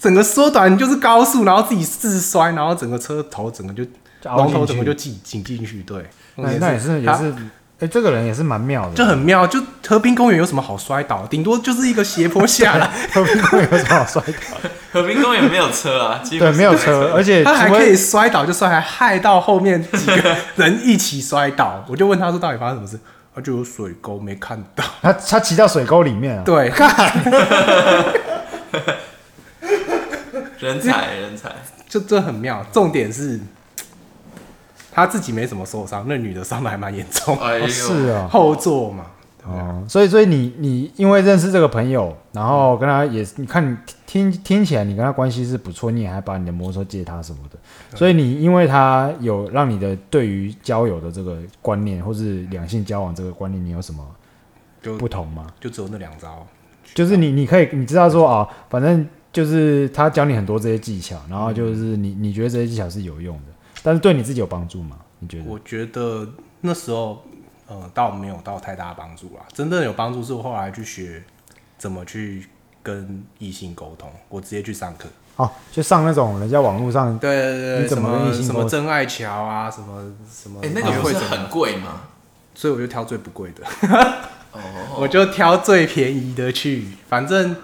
[SPEAKER 3] 整个缩短就是高速，然后自己自摔，然后整个车头整个就
[SPEAKER 1] 就凹进去
[SPEAKER 3] 龙头整个就挤挤进去，对，
[SPEAKER 1] 那那也是也
[SPEAKER 3] 他
[SPEAKER 1] 是，哎，这个人也是蛮妙的，
[SPEAKER 3] 就很妙。就河滨公园有什么好摔倒？顶多就是一个斜坡下来，
[SPEAKER 1] 和平公园有什么好摔 倒？
[SPEAKER 2] 和平公园没有车 啊，几乎
[SPEAKER 1] 对，
[SPEAKER 2] 是
[SPEAKER 1] 没有车，而且
[SPEAKER 3] 他还
[SPEAKER 1] 除
[SPEAKER 3] 可
[SPEAKER 1] 非
[SPEAKER 3] 以摔倒，就算还害到后面几个人一起摔倒。 我就问他说到底发生什么事，他就有水沟没看到。
[SPEAKER 1] 他他骑到水沟里面啊，
[SPEAKER 3] 对，
[SPEAKER 2] 人才人才，
[SPEAKER 1] 哦
[SPEAKER 3] 就这很妙。重点是他自己没怎么受伤，那女的伤的还蛮严重，
[SPEAKER 2] 哎呦，
[SPEAKER 1] 哦是哦，
[SPEAKER 3] 后座嘛。
[SPEAKER 1] 哦，所以所以你你因为认识这个朋友，然
[SPEAKER 3] 嗯
[SPEAKER 1] 后跟他也，你看你听听起来你跟他关系是不错，你也还把你的摩托车借他什么
[SPEAKER 3] 嗯
[SPEAKER 1] 的，所以你因为他有让你的对于交友的这个观念，或是两性交往这个观念，你有什么
[SPEAKER 3] 就
[SPEAKER 1] 不同吗？
[SPEAKER 3] 就只有那两招，
[SPEAKER 1] 就是你你可以你知道说啊，反正就是他教你很多这些技巧，然
[SPEAKER 3] 嗯
[SPEAKER 1] 后就是你你觉得这些技巧是有用的，但是对你自己有帮助吗？你觉得？
[SPEAKER 3] 我觉得那时候呃倒没有到太大的帮助啦。真正有帮助是我后来去学怎么去跟异性沟通，我直接去上课。
[SPEAKER 1] 哦，就上那种人家网络上
[SPEAKER 3] 对对
[SPEAKER 1] 你
[SPEAKER 3] 对，
[SPEAKER 1] 怎
[SPEAKER 3] 什
[SPEAKER 1] 么
[SPEAKER 3] 么
[SPEAKER 1] 异性
[SPEAKER 3] 什
[SPEAKER 1] 沟
[SPEAKER 3] 么真爱桥啊，什么什么，啊
[SPEAKER 2] 哎，那个不
[SPEAKER 3] 会
[SPEAKER 2] 是
[SPEAKER 3] 怎么
[SPEAKER 2] 很贵
[SPEAKER 1] 哎
[SPEAKER 2] 吗？
[SPEAKER 3] 所以我就挑最不贵的，
[SPEAKER 2] 哦，
[SPEAKER 3] 我就挑最便宜的去，反正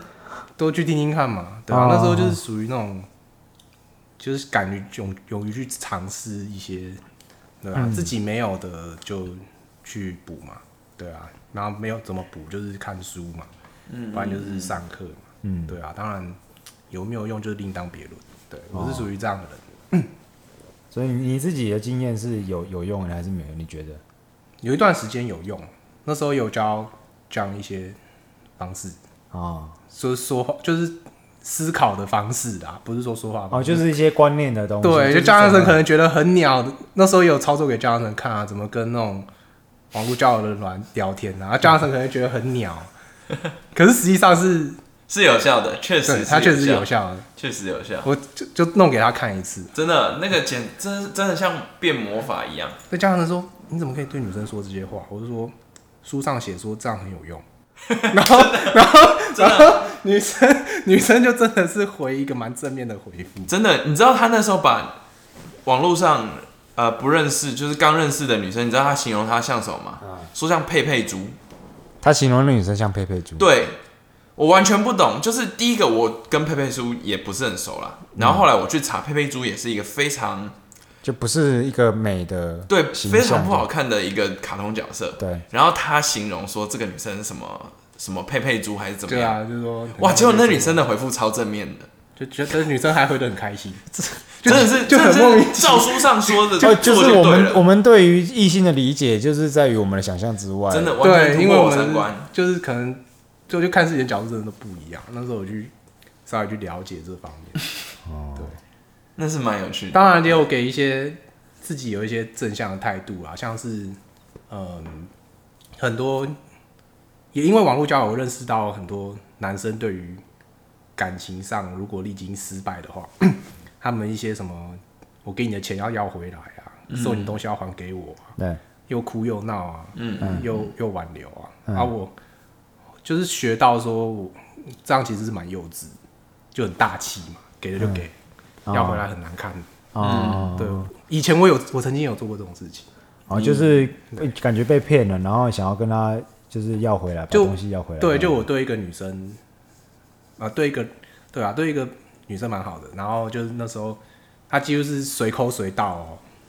[SPEAKER 3] 都去听听看嘛，对吧、啊
[SPEAKER 1] 哦
[SPEAKER 3] 那时候就是属于那种，就是敢于勇勇于去尝试一些，对
[SPEAKER 1] 嗯
[SPEAKER 3] 吧、自己没有的就去补嘛，对啊，然后没有怎么补就是看书嘛，
[SPEAKER 2] 嗯
[SPEAKER 3] 不然就是上课嘛，
[SPEAKER 1] 嗯
[SPEAKER 3] 对啊，当然有没有用就是另当别论，对
[SPEAKER 1] 哦
[SPEAKER 3] 我是属于这样的人。
[SPEAKER 1] 所以你自己的经验是有有用的还是没有？你觉得？
[SPEAKER 3] 有一段时间有用，那时候有教讲一些方式，
[SPEAKER 1] 哦，
[SPEAKER 3] 说说话就是思考的方式啦，不是说说话方
[SPEAKER 1] 哦，
[SPEAKER 3] 式。
[SPEAKER 1] 就是一些观念的东西。
[SPEAKER 3] 对，就是教
[SPEAKER 1] 怎
[SPEAKER 3] 养
[SPEAKER 1] 么
[SPEAKER 3] 生可能觉得很鸟，那时候有操作给教养生看啊，怎么跟那种啊网络交友的人聊聊天啊，教养生可能觉得很鸟，可是实际上是
[SPEAKER 2] 是有效的，确实
[SPEAKER 3] 对，
[SPEAKER 2] 是啊
[SPEAKER 3] 它确实是
[SPEAKER 2] 有
[SPEAKER 3] 有
[SPEAKER 2] 效，
[SPEAKER 3] 效的，
[SPEAKER 2] 确实有效。
[SPEAKER 3] 我就就弄给他看一次。
[SPEAKER 2] 真的，那个简真真的像变魔法一样，
[SPEAKER 3] 那家长说：“你怎么可以对女生说这些话？”我就说：“书上写说这样很有 用。”然后，然后，然后女生女生就真的是回一个蛮正面的回复。
[SPEAKER 2] 真的。你知道他那时候把网络上呃不认识，就是刚认识的女生，你知道他形容她像什么吗？
[SPEAKER 1] 啊
[SPEAKER 2] 说像佩佩猪。
[SPEAKER 1] 他形容那女生像佩佩猪，
[SPEAKER 2] 对，我完全不懂。就是第一个，我跟佩佩猪也不是很熟啦。然后后来我去查，佩佩猪也是一个非常
[SPEAKER 1] 就不是一个美的
[SPEAKER 2] 对
[SPEAKER 1] 形
[SPEAKER 2] 非常
[SPEAKER 1] 象
[SPEAKER 2] 不好看的一个卡通角色。
[SPEAKER 1] 对，
[SPEAKER 2] 然后他形容说这个女生是什么什么佩佩猪还是怎么
[SPEAKER 3] 对
[SPEAKER 2] 样？
[SPEAKER 3] 啊，就是说
[SPEAKER 2] 哇！结果那女生的回复超正面的，
[SPEAKER 3] 就觉得女生还回得很开 心，
[SPEAKER 2] 真的是
[SPEAKER 3] 就
[SPEAKER 2] 真的
[SPEAKER 3] 很
[SPEAKER 2] 是
[SPEAKER 3] 莫名其妙。
[SPEAKER 2] 照书上说的，
[SPEAKER 1] 哦就就是
[SPEAKER 2] 做
[SPEAKER 1] 我
[SPEAKER 2] 对
[SPEAKER 1] 们我
[SPEAKER 2] 了，
[SPEAKER 1] 们对于异性的理解，就是在于我们的想象之外。
[SPEAKER 2] 真的完
[SPEAKER 3] 对，
[SPEAKER 2] 全突
[SPEAKER 3] 因为
[SPEAKER 2] 破
[SPEAKER 3] 我
[SPEAKER 2] 我三观
[SPEAKER 3] 们。就是可能就就看事情的角度真的都不一样。那时候我去稍微去了解这方面，
[SPEAKER 2] 那是蛮有趣的。
[SPEAKER 3] 当然也有给一些自己有一些正向的态度啦，像是嗯很多也因为网络交友，我认识到很多男生对于感情上如果历经失败的话， 他们一些什么我给你的钱要要回来啊，送你东西要还给我啊，
[SPEAKER 1] 对，
[SPEAKER 3] 又哭又闹啊，
[SPEAKER 2] 嗯
[SPEAKER 3] 又又挽留啊，啊我就是学到说我这样其实是蛮幼稚，就很大气嘛，给了就给，要回来很难看。
[SPEAKER 1] 哦，
[SPEAKER 3] 对，以前我有，我曾经有做过这种事情，
[SPEAKER 1] 哦，就是感觉被骗了，然后想要跟他就是要回来，把
[SPEAKER 3] 就
[SPEAKER 1] 东西要回来。
[SPEAKER 3] 对，就我对一个女生，啊、对一个，对啊，对一个女生蛮好的，然后就是那时候她几乎是随口随到哦，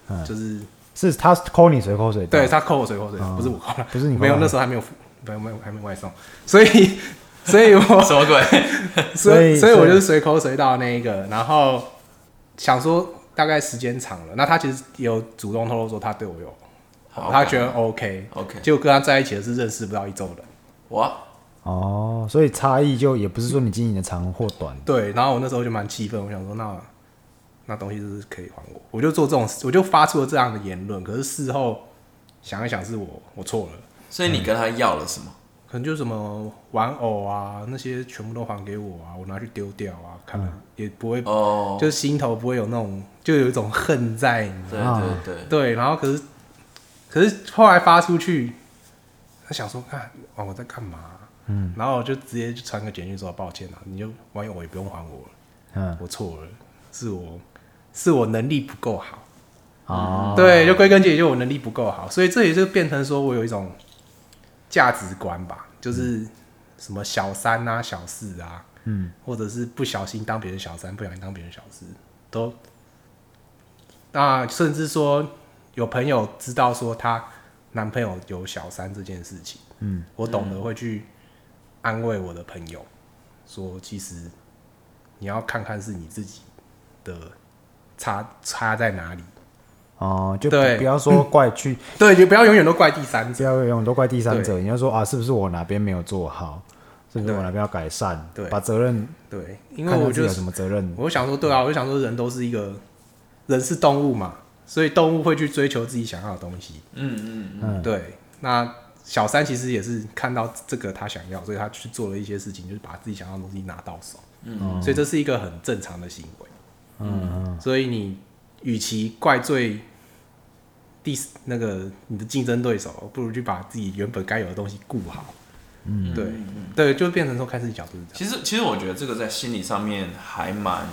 [SPEAKER 1] 嗯
[SPEAKER 3] 就是
[SPEAKER 1] 是他抠你随口水，
[SPEAKER 3] 对，她扣我随口随到，不是我扣了，
[SPEAKER 1] 哦不是你扣
[SPEAKER 3] 没有，
[SPEAKER 1] 她
[SPEAKER 3] 那时候还没有付，没有没有还没外送，所以 所以我
[SPEAKER 2] 什么 鬼？
[SPEAKER 3] 所
[SPEAKER 1] 所以
[SPEAKER 3] 以所以
[SPEAKER 1] 所以
[SPEAKER 3] 我就是随口随到的那一个，然后想说大概时间长了，那他其实有主动透露说他对我有，
[SPEAKER 2] 好
[SPEAKER 3] 他觉得 OK，
[SPEAKER 2] OK，
[SPEAKER 3] 结果跟他在一起的是认识不到一周的，
[SPEAKER 2] 哇，
[SPEAKER 1] 哦，所以差异就也不是说你经营的长或短，
[SPEAKER 3] 对，然后我那时候就蛮气愤，我想说那那东西是不是可以还我？我就做这种，我就发出了这样的言论，可是事后想一想是我我错了，
[SPEAKER 2] 所以你跟他要了什么？
[SPEAKER 3] 可能就什么玩偶啊那些全部都还给我啊，我拿去丢掉啊，看了、也不会，
[SPEAKER 2] 哦，
[SPEAKER 3] 就是心头不会有那种就有一种恨在，你知道吗
[SPEAKER 2] 对
[SPEAKER 1] 啊
[SPEAKER 2] 对对，
[SPEAKER 3] 对，然后可是可是后来发出去，他想说看哦我在干嘛、嗯，然后我就直接就传个简讯说抱歉啊，你就网友我也不用还我了，
[SPEAKER 1] 嗯，
[SPEAKER 3] 我错了，是我是我能力不够好，
[SPEAKER 2] 嗯
[SPEAKER 1] 哦，
[SPEAKER 3] 对，就归根结底就我能力不够好，所以这也就变成说我有一种价值观吧，就是什么小三啊、小四啊，
[SPEAKER 1] 嗯，
[SPEAKER 3] 或者是不小心当别人小三，不小心当别人小四，都那甚至说有朋友知道说她男朋友有小三这件事情，
[SPEAKER 1] 嗯，
[SPEAKER 3] 我懂得会去安慰我的朋友，说其实你要看看是你自己的差差在哪里。
[SPEAKER 1] 哦，就不
[SPEAKER 3] 对
[SPEAKER 1] 不要说怪去，
[SPEAKER 3] 对，也不要永远都怪第三
[SPEAKER 1] 不
[SPEAKER 3] 者。
[SPEAKER 1] 要用都怪第三者，你要说啊，是不是我哪边没有做好，是不是我
[SPEAKER 3] 对
[SPEAKER 1] 哪边要改善，
[SPEAKER 3] 对
[SPEAKER 1] 把责任，
[SPEAKER 3] 对，因
[SPEAKER 1] 看看
[SPEAKER 3] 为我
[SPEAKER 1] 自己
[SPEAKER 3] 就
[SPEAKER 1] 有什么责任，
[SPEAKER 3] 我就想说，对啊，我就想说，人都是一个人是动物嘛，所以动物会去追求自己想要的东西。
[SPEAKER 2] 嗯嗯嗯，
[SPEAKER 1] 嗯，
[SPEAKER 3] 对，那小三其实也是看到这个他想要，所以他去做了一些事情，就是把自己想要的东西拿到手。
[SPEAKER 2] 嗯，
[SPEAKER 3] 所以这是一个很正常的行为。嗯，所以你与其怪罪第四那个你的竞争对手，不如去把自己原本该有的东西顾好。嗯，对对，就变成说看自己角度是这样。
[SPEAKER 2] 其实其实我觉得这个在心理上面还蛮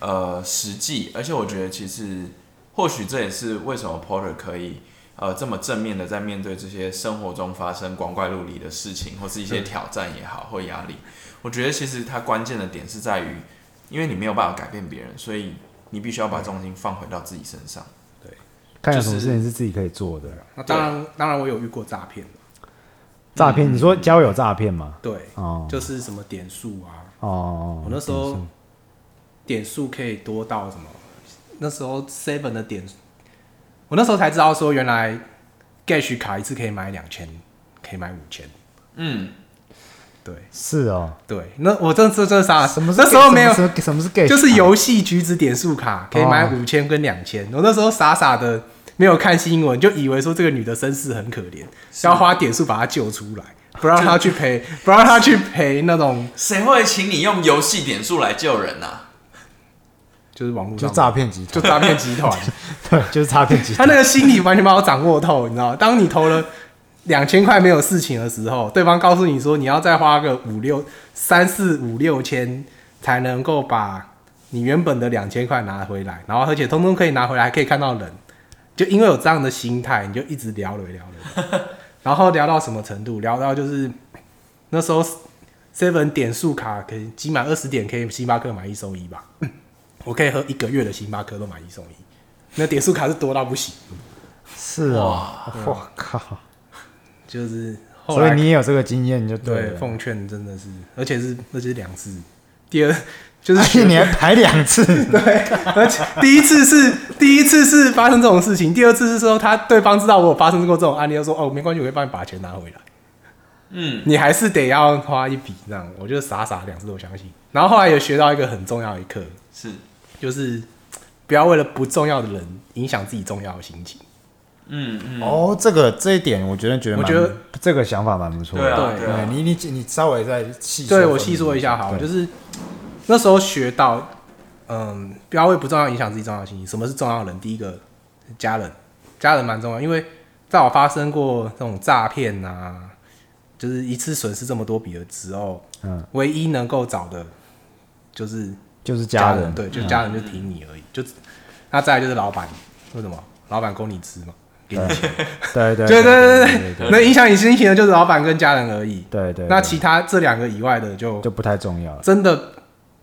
[SPEAKER 2] 呃实际，而且我觉得其实或许这也是为什么 Porter 可以。呃，这么正面的在面对这些生活中发生光怪陆离的事情，或是一些挑战也好，或压力，我觉得其实它关键的点是在于，因为你没有办法改变别人，所以你必须要把重心放回到自己身上。
[SPEAKER 1] 看有
[SPEAKER 2] 就
[SPEAKER 1] 什
[SPEAKER 2] 是
[SPEAKER 1] 么事情是自己可以做的。
[SPEAKER 3] 那当然，当然我有遇过诈骗的，
[SPEAKER 1] 诈骗，你
[SPEAKER 3] 嗯
[SPEAKER 1] 说交友诈骗吗？
[SPEAKER 3] 对，
[SPEAKER 1] 哦
[SPEAKER 3] 就是什么点数啊，
[SPEAKER 1] 哦，
[SPEAKER 3] 我那时候点数可以多到什么？那时候 Seven 的点，我那时候才知道说原来 Gash 卡一次可以买两千，可以买五千，
[SPEAKER 2] 嗯，
[SPEAKER 3] 对。
[SPEAKER 1] 是哦，
[SPEAKER 3] 对，那我真的这这啥？
[SPEAKER 1] 什么是
[SPEAKER 3] 啊那时候
[SPEAKER 1] gay-
[SPEAKER 3] 没有
[SPEAKER 1] 什，么什么什么是 gay，
[SPEAKER 3] 就是游戏橘子点数卡可以买
[SPEAKER 1] 哦
[SPEAKER 3] 五千跟两千。我那时候傻傻的没有看新闻，就以为说这个女的身世很可怜，
[SPEAKER 2] 是
[SPEAKER 3] 要花点数把她救出来，不让她去陪，不让她去陪那种
[SPEAKER 2] 谁会请你用游戏点数来救人啊呐、
[SPEAKER 3] 就是网络
[SPEAKER 1] 就
[SPEAKER 3] 上
[SPEAKER 1] 诈骗集
[SPEAKER 3] 就
[SPEAKER 1] 团，
[SPEAKER 3] 诈骗集团，
[SPEAKER 1] 对，就是诈骗集
[SPEAKER 3] 他
[SPEAKER 1] 团。
[SPEAKER 3] 那个心理完全把我掌握透，你知道吗？当你投了两千块没有事情的时候，对方告诉你说你要再花个五六三四五六千才能够把你原本的两千块拿回来，然后而且通通可以拿回来，还可以看到人。就因为有这样的心态，你就一直聊了聊 了，然后聊到什么程度？聊到就是那时候 Seven 点数卡可以积满二十点，可以星巴克买一送一吧。 我可以喝一个月的星巴克都买一送一，那点数卡是多到不行。
[SPEAKER 1] 是啊，我靠！
[SPEAKER 3] 就是后
[SPEAKER 1] 所
[SPEAKER 3] 来
[SPEAKER 1] 以你也有这个经验就对
[SPEAKER 3] 对
[SPEAKER 1] 了。
[SPEAKER 3] 奉劝真的是，而且是那是两次，第二就
[SPEAKER 1] 而
[SPEAKER 3] 是
[SPEAKER 1] 且你还排两 次，
[SPEAKER 3] 而且第一次是第一次是发生这种事情，第二次是说他对方知道我有发生过这种案例，就说哦没关系，我会帮你把钱拿回来，
[SPEAKER 2] 嗯，
[SPEAKER 3] 你还是得要花一笔这样，我就傻傻两次都相信。然后后来也学到一个很重要的一课，
[SPEAKER 2] 是，
[SPEAKER 3] 就是不要为了不重要的人影响自己重要的心情。
[SPEAKER 2] 嗯嗯，
[SPEAKER 1] 哦，这个这一点我觉得觉得蛮，
[SPEAKER 3] 我觉得
[SPEAKER 1] 这个想法蛮不错的。
[SPEAKER 2] 对啊
[SPEAKER 3] 对
[SPEAKER 2] 对啊，
[SPEAKER 1] 你你你稍微再细说
[SPEAKER 3] 对我细说一下好了，
[SPEAKER 1] 对
[SPEAKER 3] 就是那时候学到，嗯，不要为不重要影响自己重要的心情。什么是重要的人？第一个，家人，家人蛮重要，因为在我发生过这种诈骗啊，就是一次损失这么多笔的时候，
[SPEAKER 1] 嗯，
[SPEAKER 3] 唯一能够找的就是
[SPEAKER 1] 就是家人嗯
[SPEAKER 3] 人，对，就是家人就挺你而已，就那再来就是老板，为什么？老板供你吃嘛，给你钱，
[SPEAKER 1] 对对
[SPEAKER 3] 对对
[SPEAKER 1] 对对
[SPEAKER 3] 能影响你心情的就是老板跟家人而已。
[SPEAKER 1] 对对，
[SPEAKER 3] 那
[SPEAKER 1] 对
[SPEAKER 3] 其他这两个以外的就
[SPEAKER 1] 就不太重要了。
[SPEAKER 3] 真的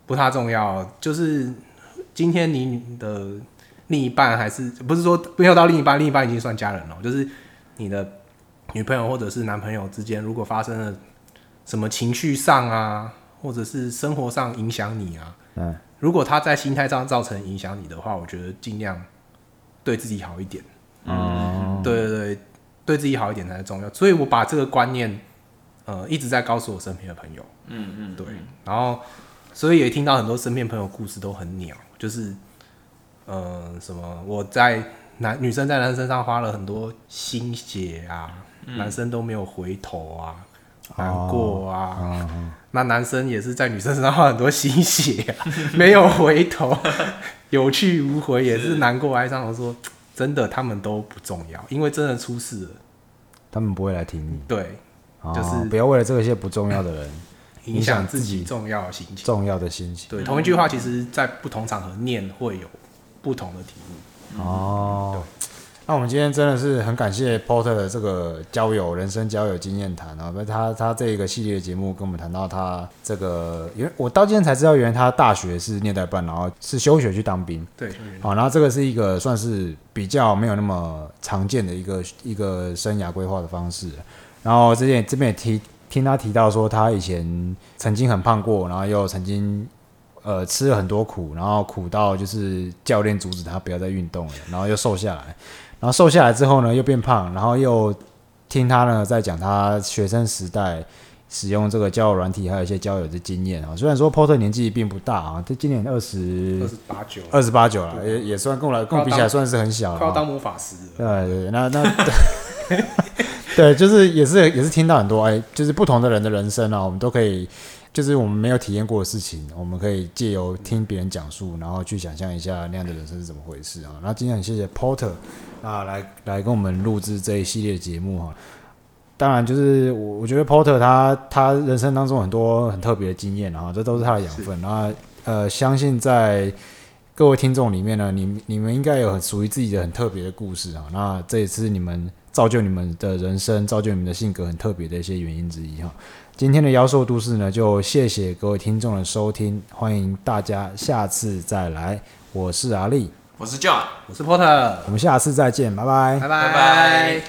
[SPEAKER 3] 不太重要。就是今天你的另一半还是不是说没有到另一半，另一半已经算家人了，就是你的女朋友或者是男朋友之间，如果发生了什么情绪上啊，或者是生活上影响你啊，
[SPEAKER 1] 嗯，
[SPEAKER 3] 如果他在心态上造成影响你的话，我觉得尽量对自己好一点。
[SPEAKER 1] 哦，
[SPEAKER 3] 对对对，对自己好一点才是重要。所以我把这个观念，呃，一直在告诉我身边的朋友。
[SPEAKER 2] 嗯嗯，
[SPEAKER 3] 对，然后所以也听到很多身边朋友故事都很鸟，就是呃什么我在男女生在男生身上花了很多心血啊，男生都没有回头啊，难过啊，那男生也是在女生身上花很多心血啊， 没有回头， 有去无回，也是难过哀伤。我说真的，他们都不重要，因为真的出事了，
[SPEAKER 1] 他们不会来听你，
[SPEAKER 3] 对，
[SPEAKER 1] 哦
[SPEAKER 3] 就是
[SPEAKER 1] 不要为了这些不重要的人
[SPEAKER 3] 影
[SPEAKER 1] 影响
[SPEAKER 3] 响自
[SPEAKER 1] 自
[SPEAKER 3] 己
[SPEAKER 1] 己
[SPEAKER 3] 重要的心情。
[SPEAKER 1] 重要的心情。
[SPEAKER 3] 对，同一句话，其实在不同场合念会有不同的体悟。
[SPEAKER 1] 哦，那我们今天真的是很感谢 Porter 的这个交友人生交友经验谈啊，那他他这个系列节目跟我们谈到他这个，因为我到今天才知道，原来他大学是念代办，然后是休学去当兵。
[SPEAKER 3] 对，
[SPEAKER 1] 好，然后这个是一个算是比较没有那么常见的一个一个生涯规划的方式。然后之前这边也提听他提到说，他以前曾经很胖过，然后又曾经呃吃了很多苦，然后苦到就是教练阻止他不要再运动了，然后又瘦下来，然后瘦下来之后呢又变胖，然后又听他呢在讲他学生时代。使用这个交友软体，还有一些交友的经验啊。虽然说 Porter 年纪并不大啊，他今年二十
[SPEAKER 3] 二十八九，
[SPEAKER 1] 二十八九了，也也算跟我来跟我比起来算是很小
[SPEAKER 3] 快要
[SPEAKER 1] 了
[SPEAKER 3] 当
[SPEAKER 1] 哈。
[SPEAKER 3] 魔法师了。
[SPEAKER 1] 对对，对那那 对，就是也是也是听到很多哎，就是不同的人的人生啊，我们都可以，就是我们没有体验过的事情，我们可以借由听别人讲述，然后去想象一下那样的人生是怎么回事啊。那今天很谢谢 Porter 啊，来来跟我们录制这一系列节目哈、啊当然，就是我我觉得 Porter 他他人生当中很多很特别的经验啊，这都是他的养分。然后呃，相信在各位听众里面呢，你你们应该有很属于自己的很特别的故事啊。那这也是你们造就你们的人生、造就你们的性格很特别的一些原因之一哈、啊今天的妖兽都市呢，就谢谢各位听众的收听，欢迎大家下次再来。我是阿力，
[SPEAKER 2] 我是 John，
[SPEAKER 3] 我是 Porter，
[SPEAKER 1] 我们下次再见，拜拜
[SPEAKER 3] 拜。
[SPEAKER 2] 拜拜